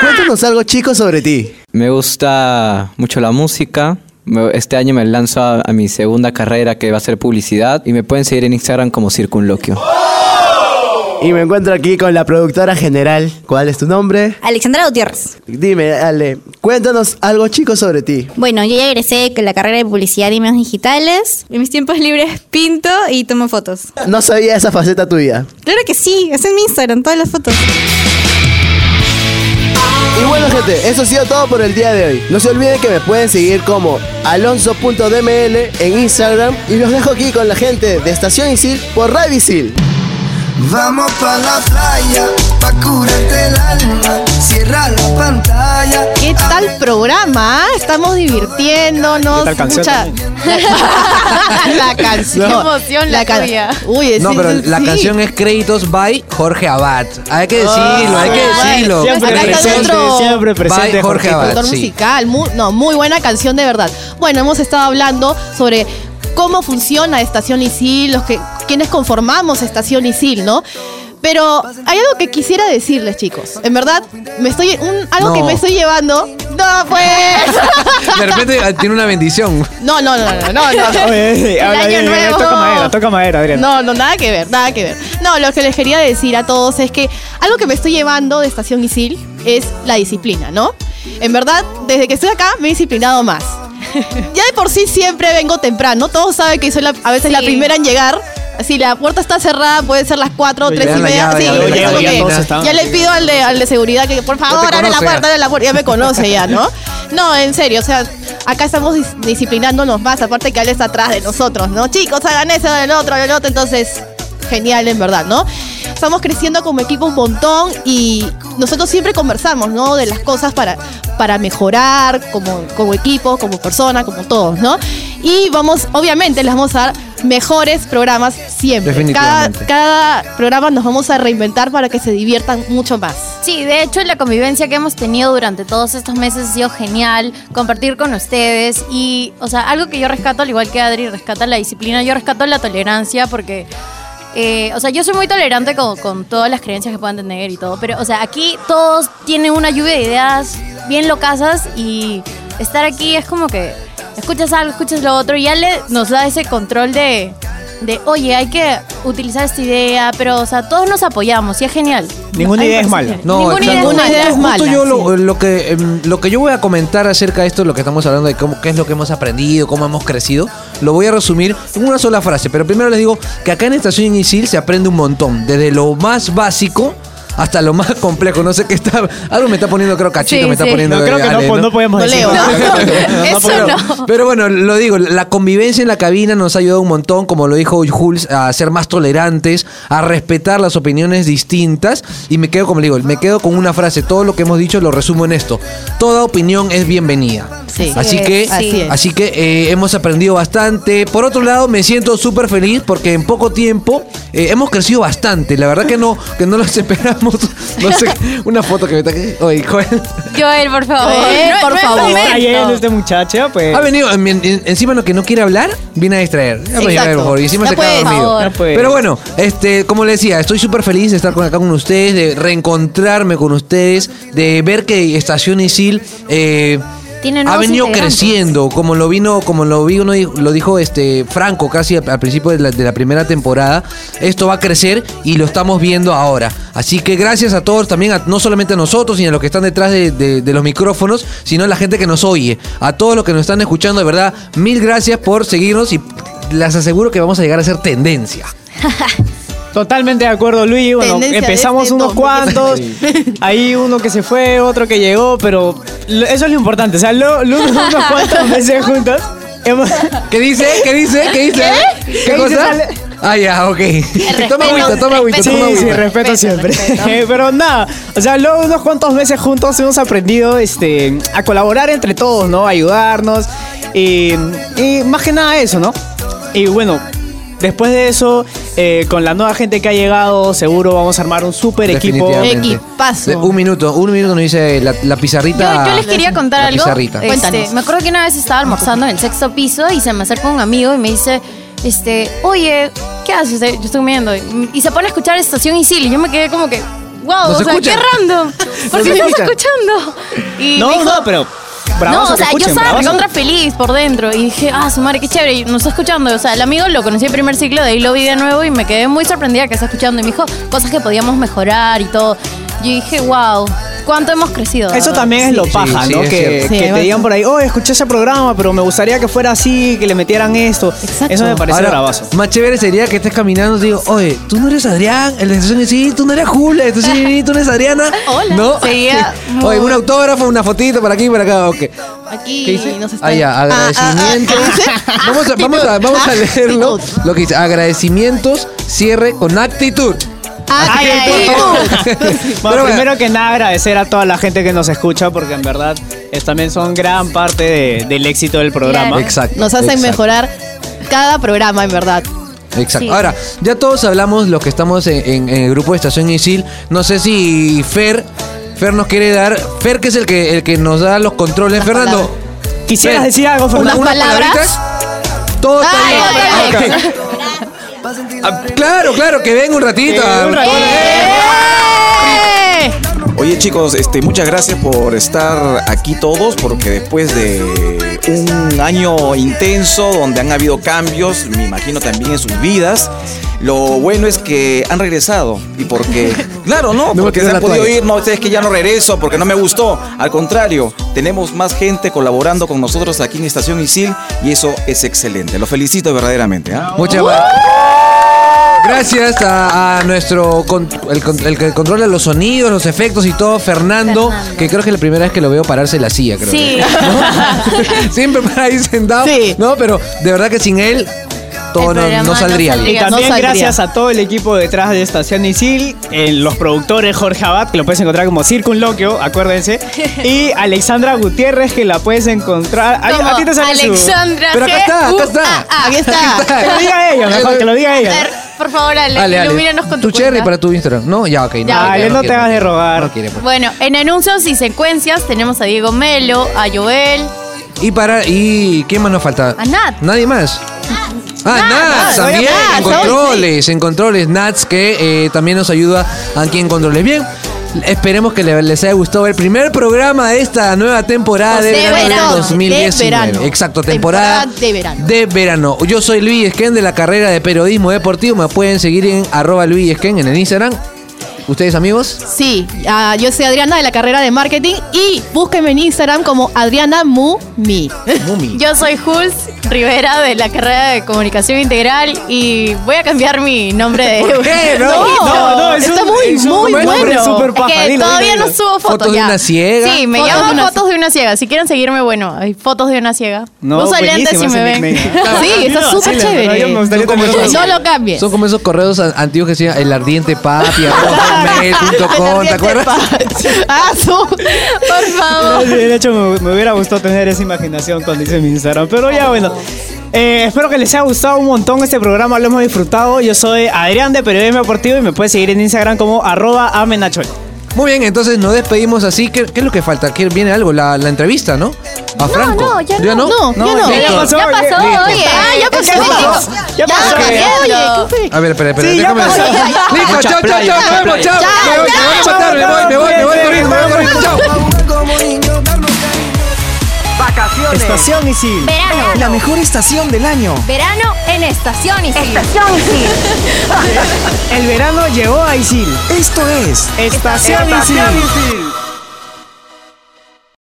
Speaker 10: Cuéntanos algo, chico, sobre ti.
Speaker 11: Me gusta mucho la música. Me- Este año me lanzo a, a mi segunda carrera que va a ser publicidad y me pueden seguir en Instagram como Circunloquio.
Speaker 10: Y me encuentro aquí con la productora general. ¿Cuál es tu nombre?
Speaker 12: Alexandra Gutiérrez.
Speaker 10: Dime, Ale, cuéntanos algo, chico, sobre ti.
Speaker 12: Bueno, yo ya egresé con la carrera de publicidad y medios digitales. En mis tiempos libres pinto y tomo fotos.
Speaker 10: No sabía esa faceta tuya.
Speaker 12: Claro que sí, es en mi Instagram, todas las fotos.
Speaker 10: Y bueno, gente, eso ha sido todo por el día de hoy. No se olviden que me pueden seguir como alonso.dml en Instagram y los dejo aquí con la gente de Estación Isil por Radio Isil.
Speaker 13: Vamos pa' la playa, pa' curarte el alma. Cierra la pantalla.
Speaker 2: ¿Qué tal programa? ah? Estamos divirtiéndonos.
Speaker 13: ¿Qué tal canción
Speaker 2: Mucha- la canción.
Speaker 1: Qué emoción la
Speaker 2: can-
Speaker 1: tuya.
Speaker 2: Uy,
Speaker 3: No,
Speaker 2: sí,
Speaker 3: pero
Speaker 2: sí,
Speaker 3: la
Speaker 2: sí.
Speaker 3: canción es Créditos by Jorge Abad. Hay que decirlo, hay que
Speaker 2: Ah,
Speaker 3: decirlo.
Speaker 2: bueno. Acá está nuestro-
Speaker 3: By Jorge Abad.
Speaker 2: Productor
Speaker 3: sí.
Speaker 2: musical, mu- no, muy buena canción de verdad. Bueno, hemos estado hablando sobre cómo funciona Estación Isil, los que quienes conformamos Estación Isil, ¿no? Pero hay algo que quisiera decirles, chicos. En verdad, me estoy un- algo que
Speaker 3: No.
Speaker 2: me estoy llevando. No, pues.
Speaker 3: De repente ah, tiene una bendición.
Speaker 2: No, no, no, no, no, no.
Speaker 4: Oye, oye,
Speaker 2: El
Speaker 4: habla
Speaker 2: año
Speaker 4: bien, bien,
Speaker 2: nuevo.
Speaker 4: Toca madera, toca madera, Adrián.
Speaker 2: No, no, nada que ver, nada que ver. No, lo que les quería decir a todos es que algo que me estoy llevando de Estación Isil es la disciplina, ¿no? En verdad, desde que estoy acá me he disciplinado más. Ya de por sí siempre vengo temprano, todos saben que soy la- a veces la primera en llegar. Si la puerta está cerrada, puede ser las 4 o
Speaker 4: Le
Speaker 2: 3 y
Speaker 4: dan la
Speaker 2: media.
Speaker 4: llave,
Speaker 2: Sí,
Speaker 4: ya lo
Speaker 2: es
Speaker 4: llevo,
Speaker 2: como
Speaker 4: ya
Speaker 2: que
Speaker 4: todos están.
Speaker 2: ya le pido al de, al de seguridad que por favor abre la
Speaker 4: conoce,
Speaker 2: puerta,
Speaker 4: ya.
Speaker 2: abre la puerta, ya me conoce ya, ¿no? No, en serio, o sea, acá estamos dis- disciplinándonos más, aparte que Ale está atrás de nosotros, ¿no? Chicos, hagan eso, el otro, el otro, entonces, genial en verdad, ¿no? Estamos creciendo como equipo un montón y nosotros siempre conversamos, ¿no? De las cosas para, para mejorar como, como equipo, como persona, como todos, ¿no? Y vamos, obviamente, les vamos a dar mejores programas siempre.
Speaker 1: Definitivamente.
Speaker 2: Cada, cada programa nos vamos a reinventar para que se diviertan mucho más.
Speaker 1: Sí, de hecho la convivencia que hemos tenido durante todos estos meses ha sido genial, compartir con ustedes y, o sea, algo que yo rescato, al igual que Adri rescata la disciplina, yo rescato la tolerancia porque, eh, o sea, yo soy muy tolerante con, con todas las creencias que puedan tener y todo, pero, o sea, aquí todos tienen una lluvia de ideas bien locasas y estar aquí es como que escuchas algo, escuchas lo otro y ya le, nos da ese control de... De, oye, hay que utilizar esta idea, pero, o sea, todos nos apoyamos y es genial.
Speaker 4: Ninguna
Speaker 1: A mí me
Speaker 4: idea es
Speaker 1: parece
Speaker 4: mala.
Speaker 1: genial. Ninguna idea es
Speaker 3: Justo-
Speaker 1: mala.
Speaker 3: justo yo lo, lo que, em, lo que yo voy a comentar acerca de esto, lo que estamos hablando de cómo, qué es lo que hemos aprendido, cómo hemos crecido, lo voy a resumir en una sola frase. Pero primero les digo que acá en Estación Isil se aprende un montón, desde lo más básico hasta lo más complejo. No sé qué está. Algo me está poniendo, creo, cachito,
Speaker 4: Sí,
Speaker 3: me está
Speaker 4: sí.
Speaker 3: poniendo.
Speaker 4: No, creo que no po- no podemos No decir. leo. No, eso
Speaker 3: podemos. Pero bueno, lo digo, la convivencia en la cabina nos ha ayudado un montón, como lo dijo Jules, a ser más tolerantes, a respetar las opiniones distintas. Y me quedo, como le digo, me quedo con una frase. Todo lo que hemos dicho lo resumo en esto. Toda opinión es bienvenida.
Speaker 2: Sí.
Speaker 3: Así que,
Speaker 2: Así
Speaker 3: así,
Speaker 2: es.
Speaker 3: que eh, hemos aprendido bastante. Por otro lado, me siento súper feliz porque en poco tiempo eh, hemos crecido bastante. La verdad que no, que no los esperamos. No sé, una foto que me está. Oye, Joel.
Speaker 9: Joel, por favor.
Speaker 1: Joel, por favor.
Speaker 4: Ayer este muchacho, pues.
Speaker 3: Ha venido, en- en- encima lo que no quiere hablar, viene a distraer. Ya, pues, ya,
Speaker 4: Exacto.
Speaker 3: por favor, y encima
Speaker 4: Ya
Speaker 3: se queda
Speaker 4: pues.
Speaker 3: dormido.
Speaker 4: Ya pues.
Speaker 3: Pero bueno, este, como le decía, estoy súper feliz de estar con- acá con ustedes, de reencontrarme con ustedes, de ver que Estación Isil eh,
Speaker 1: Tiene
Speaker 3: ha
Speaker 1: nuevos
Speaker 3: venido
Speaker 1: integrantes.
Speaker 3: creciendo, como lo vino, como lo vino, lo dijo este Franco casi al al principio de la, de la primera temporada. Esto va a crecer y lo estamos viendo ahora. Así que gracias a todos, también a- no solamente a nosotros, sino a los que están detrás de, de- de los micrófonos, sino a la gente que nos oye, a todos los que nos están escuchando, de verdad, mil gracias por seguirnos y las aseguro que vamos a llegar a ser tendencia.
Speaker 4: Totalmente de acuerdo, Luis. Bueno,
Speaker 3: Tendencia
Speaker 4: empezamos
Speaker 3: de este
Speaker 4: unos
Speaker 3: 2020.
Speaker 4: cuantos. Ahí uno que se fue, otro que llegó, pero lo- eso es lo importante. O sea, lo, lo- unos cuantos meses juntos. hemos-
Speaker 3: ¿Qué dice? ¿Qué dice? ¿Qué dice?
Speaker 4: ¿Qué?
Speaker 3: ¿Qué,
Speaker 4: ¿Qué dice,
Speaker 3: cosa?
Speaker 4: Ale?
Speaker 3: Ah, ya, ok. toma agüita, toma agüita,
Speaker 4: Sí,
Speaker 3: toma agüita.
Speaker 4: sí, respeto siempre. Pero nada, o sea, luego de unos cuantos meses juntos hemos aprendido este, a colaborar entre todos, ¿no? A ayudarnos. Y, y más que nada eso, ¿no? Y bueno, después de eso, eh, con la nueva gente que ha llegado, seguro vamos a armar un súper equipo.
Speaker 3: Definitivamente. De- Un minuto, un minuto nos dice la, la pizarrita.
Speaker 1: Yo, yo les quería contar
Speaker 3: la
Speaker 1: algo.
Speaker 3: Pizarrita.
Speaker 1: Este, me acuerdo que una vez estaba almorzando en el sexto piso y se me acerca un amigo y me dice, este, oye, ¿qué haces? Eh, Yo estoy comiendo. Y, y se pone a escuchar Estación Isil y yo me quedé como que, wow,
Speaker 4: No
Speaker 1: o
Speaker 4: se
Speaker 1: sea,
Speaker 4: escucha.
Speaker 1: qué random. ¿Por
Speaker 4: No
Speaker 1: qué
Speaker 4: se
Speaker 1: estás
Speaker 4: escucha.
Speaker 1: escuchando? Y me
Speaker 4: No,
Speaker 1: dijo,
Speaker 4: no, pero. bravazo
Speaker 1: no, o sea,
Speaker 4: que
Speaker 1: yo
Speaker 4: escuchen,
Speaker 1: estaba
Speaker 4: bravazo.
Speaker 1: recontra feliz por dentro y dije, ah, su madre, qué chévere, y nos está escuchando. O sea, el amigo lo conocí en primer ciclo, de ahí lo vi de nuevo y me quedé muy sorprendida que está escuchando y me dijo cosas que podíamos mejorar y todo. Y dije, wow, cuánto hemos crecido.
Speaker 4: Eso también es lo paja,
Speaker 3: sí,
Speaker 4: ¿no?
Speaker 3: es
Speaker 4: que
Speaker 3: cierto.
Speaker 4: que
Speaker 3: Sí,
Speaker 4: te
Speaker 3: bueno.
Speaker 4: digan por ahí, oh, escuché ese programa, pero me gustaría que fuera así, que le metieran esto. Eso me parece
Speaker 3: Ahora,
Speaker 4: bravazo.
Speaker 3: Más chévere sería que estés caminando y digo, oye, tú no eres Adrián, el de Estación sí, tú no eres Julia, el de Estación Isil, tú no eres Adriana.
Speaker 2: Hola.
Speaker 3: ¿No?
Speaker 2: Sería muy-
Speaker 3: Oye, un autógrafo, una fotito para aquí y para acá, ok. ¿Qué
Speaker 2: Aquí
Speaker 3: dice?
Speaker 2: nos está.
Speaker 3: Ah, ya, agradecimiento. Vamos a, vamos a, vamos a leerlo. Lo que dice, agradecimientos, cierre con actitud.
Speaker 4: Bueno, primero que nada agradecer a toda la gente que nos escucha porque en verdad es- también son gran parte de- del éxito del programa.
Speaker 2: Nos hacen mejorar cada programa, en verdad.
Speaker 3: Exacto.
Speaker 2: Sí.
Speaker 3: Ahora, ya todos hablamos, los que estamos en, en- en el grupo de Estación Isil. No sé si Fer, Fer nos quiere dar. Fer, que es el que, el que nos da los controles. Fernando.
Speaker 4: Quisieras
Speaker 3: Fer,
Speaker 4: decir algo, Fernando.
Speaker 3: unas
Speaker 4: Unas palabras.
Speaker 3: palabritas. Todo está
Speaker 4: Ay,
Speaker 3: bien.
Speaker 4: ay,
Speaker 3: Ah, ok. Ah, claro, claro, que venga un ratito.
Speaker 4: Eh,
Speaker 3: Ah,
Speaker 1: Eh,
Speaker 14: Oye chicos, este, muchas gracias por estar aquí todos, porque después de un año intenso donde han habido cambios, me imagino también en sus vidas, lo bueno es que han regresado. Y porque, claro, no,
Speaker 3: me
Speaker 14: porque
Speaker 3: quedé
Speaker 14: se
Speaker 3: la
Speaker 14: han podido
Speaker 3: toalla.
Speaker 14: ir, no, ustedes que ya no regreso, porque no me gustó. Al contrario, tenemos más gente colaborando con nosotros aquí en Estación Isil y eso es excelente. Los felicito verdaderamente. ¿ah?
Speaker 3: Muchas gracias. Gracias a, a nuestro con- el, con- el que controla los sonidos, los efectos y todo, Fernando, que creo que es la primera vez que lo veo pararse en la silla, creo.
Speaker 1: Sí.
Speaker 3: ¿No? Siempre para ahí sentado. No, pero de verdad que sin él todo no, no saldría
Speaker 4: Y
Speaker 3: bien.
Speaker 4: también gracias a todo el equipo detrás de Estación Isil, eh, los productores Jorge Abad, que lo puedes encontrar como Circunloquio, acuérdense, y Alexandra Gutiérrez, que la puedes encontrar. Ay,
Speaker 1: Como
Speaker 4: a ti te sale su-
Speaker 1: Alexandra
Speaker 4: Pero acá está, acá
Speaker 1: G-U-A-A.
Speaker 4: está.
Speaker 1: Aquí está.
Speaker 4: Que lo diga ella, mejor que lo diga ella.
Speaker 1: Por favor, Ale,
Speaker 3: Ale, Ale,
Speaker 1: ilumínanos con tu,
Speaker 3: tu cherry
Speaker 1: cuenta.
Speaker 3: para tu Instagram. No, ya, ok.
Speaker 1: Ya, Ale, no te
Speaker 3: quiere,
Speaker 4: hagas de
Speaker 3: quiere.
Speaker 4: rogar.
Speaker 3: No quiere, pues.
Speaker 1: Bueno, en anuncios y secuencias tenemos a Diego Melo, a Joel,
Speaker 3: Y para, ¿y quién más nos falta?
Speaker 1: a Nat.
Speaker 3: Nadie más. Ah, Nats,
Speaker 1: Nats,
Speaker 3: también,
Speaker 1: obviamente.
Speaker 3: en
Speaker 1: Nats, hoy sí.
Speaker 3: controles, en controles, Nats, que eh, también nos ayuda aquí en controles. Bien, esperemos que le- les haya gustado el primer programa de esta nueva temporada de,
Speaker 2: Pues De
Speaker 3: verano, del
Speaker 2: verano, de
Speaker 3: 2019.
Speaker 2: verano.
Speaker 3: Exacto, temporada,
Speaker 2: Temporada de verano.
Speaker 3: de verano. Yo soy Luis Esquén de la carrera de periodismo deportivo, me pueden seguir en arroba Luis Esquén en el Instagram. ¿Ustedes amigos?
Speaker 2: Sí, ah, yo soy Adriana de la carrera de marketing y búsquenme en Instagram como Adriana Mumi.
Speaker 3: Mumi.
Speaker 1: Yo soy Jules Rivera de la carrera de comunicación integral y voy a cambiar mi nombre de
Speaker 2: ¿Por qué? No, no, no, es Está un- muy, es un muy nombre bueno. súper
Speaker 1: Es
Speaker 2: paja,
Speaker 1: que
Speaker 2: dilo,
Speaker 1: todavía
Speaker 2: dilo,
Speaker 1: no
Speaker 2: dilo.
Speaker 1: subo fotos.
Speaker 3: Fotos de
Speaker 1: ya.
Speaker 3: una ciega.
Speaker 1: Sí, me
Speaker 3: Fotos
Speaker 1: llamo
Speaker 3: de una-
Speaker 1: fotos de una ciega. Si quieren seguirme, bueno, hay fotos de una ciega.
Speaker 3: No,
Speaker 1: Uso lentes y
Speaker 3: buenísimo
Speaker 1: me
Speaker 3: ese
Speaker 1: ven.
Speaker 3: nickname.
Speaker 1: sí, está súper chévere. No lo cambies.
Speaker 3: Son como esos correos an- antiguos que decían el ardiente papi, arroba mail punto com, ¿te acuerdas?
Speaker 2: ¡Ah, Por
Speaker 1: favor.
Speaker 4: De hecho, me, me hubiera gustado tener esa imaginación cuando hice mi Instagram. Pero ya, bueno. Eh, espero que les haya gustado un montón este programa, lo hemos disfrutado. Yo soy Adrián de Periodismo Deportivo y me puedes seguir en Instagram como arroba amenachol.
Speaker 3: Muy bien, entonces nos despedimos así. ¿Qué, qué es lo que falta? ¿Que viene algo? La, la entrevista, ¿no? A Franco.
Speaker 2: no, ya
Speaker 3: no.
Speaker 2: No, ya no.
Speaker 3: listo.
Speaker 2: Ya pasó, Ya pasó, listo. oye. Ah, ya pasó. Ya pasó. Oye, ¿qué
Speaker 3: A ver, espera, espera.
Speaker 2: Sí, ya
Speaker 3: déjame
Speaker 2: pasó.
Speaker 3: ver. Listo,
Speaker 2: Mucha
Speaker 3: chao, chao,
Speaker 2: playa,
Speaker 3: chao. Nos
Speaker 2: mucha
Speaker 3: vemos,
Speaker 2: playa.
Speaker 3: chao. Me voy, me voy, me voy, me voy, me voy, me voy, corriendo, me voy, corriendo, chao.
Speaker 5: Vacaciones.
Speaker 4: Estación Isil.
Speaker 5: Verano.
Speaker 4: La mejor estación del año.
Speaker 5: Verano en Estación Isil. Estación
Speaker 4: El verano llegó a Isil. Esto es Estación,
Speaker 5: Estación
Speaker 4: Isil.
Speaker 5: Isil.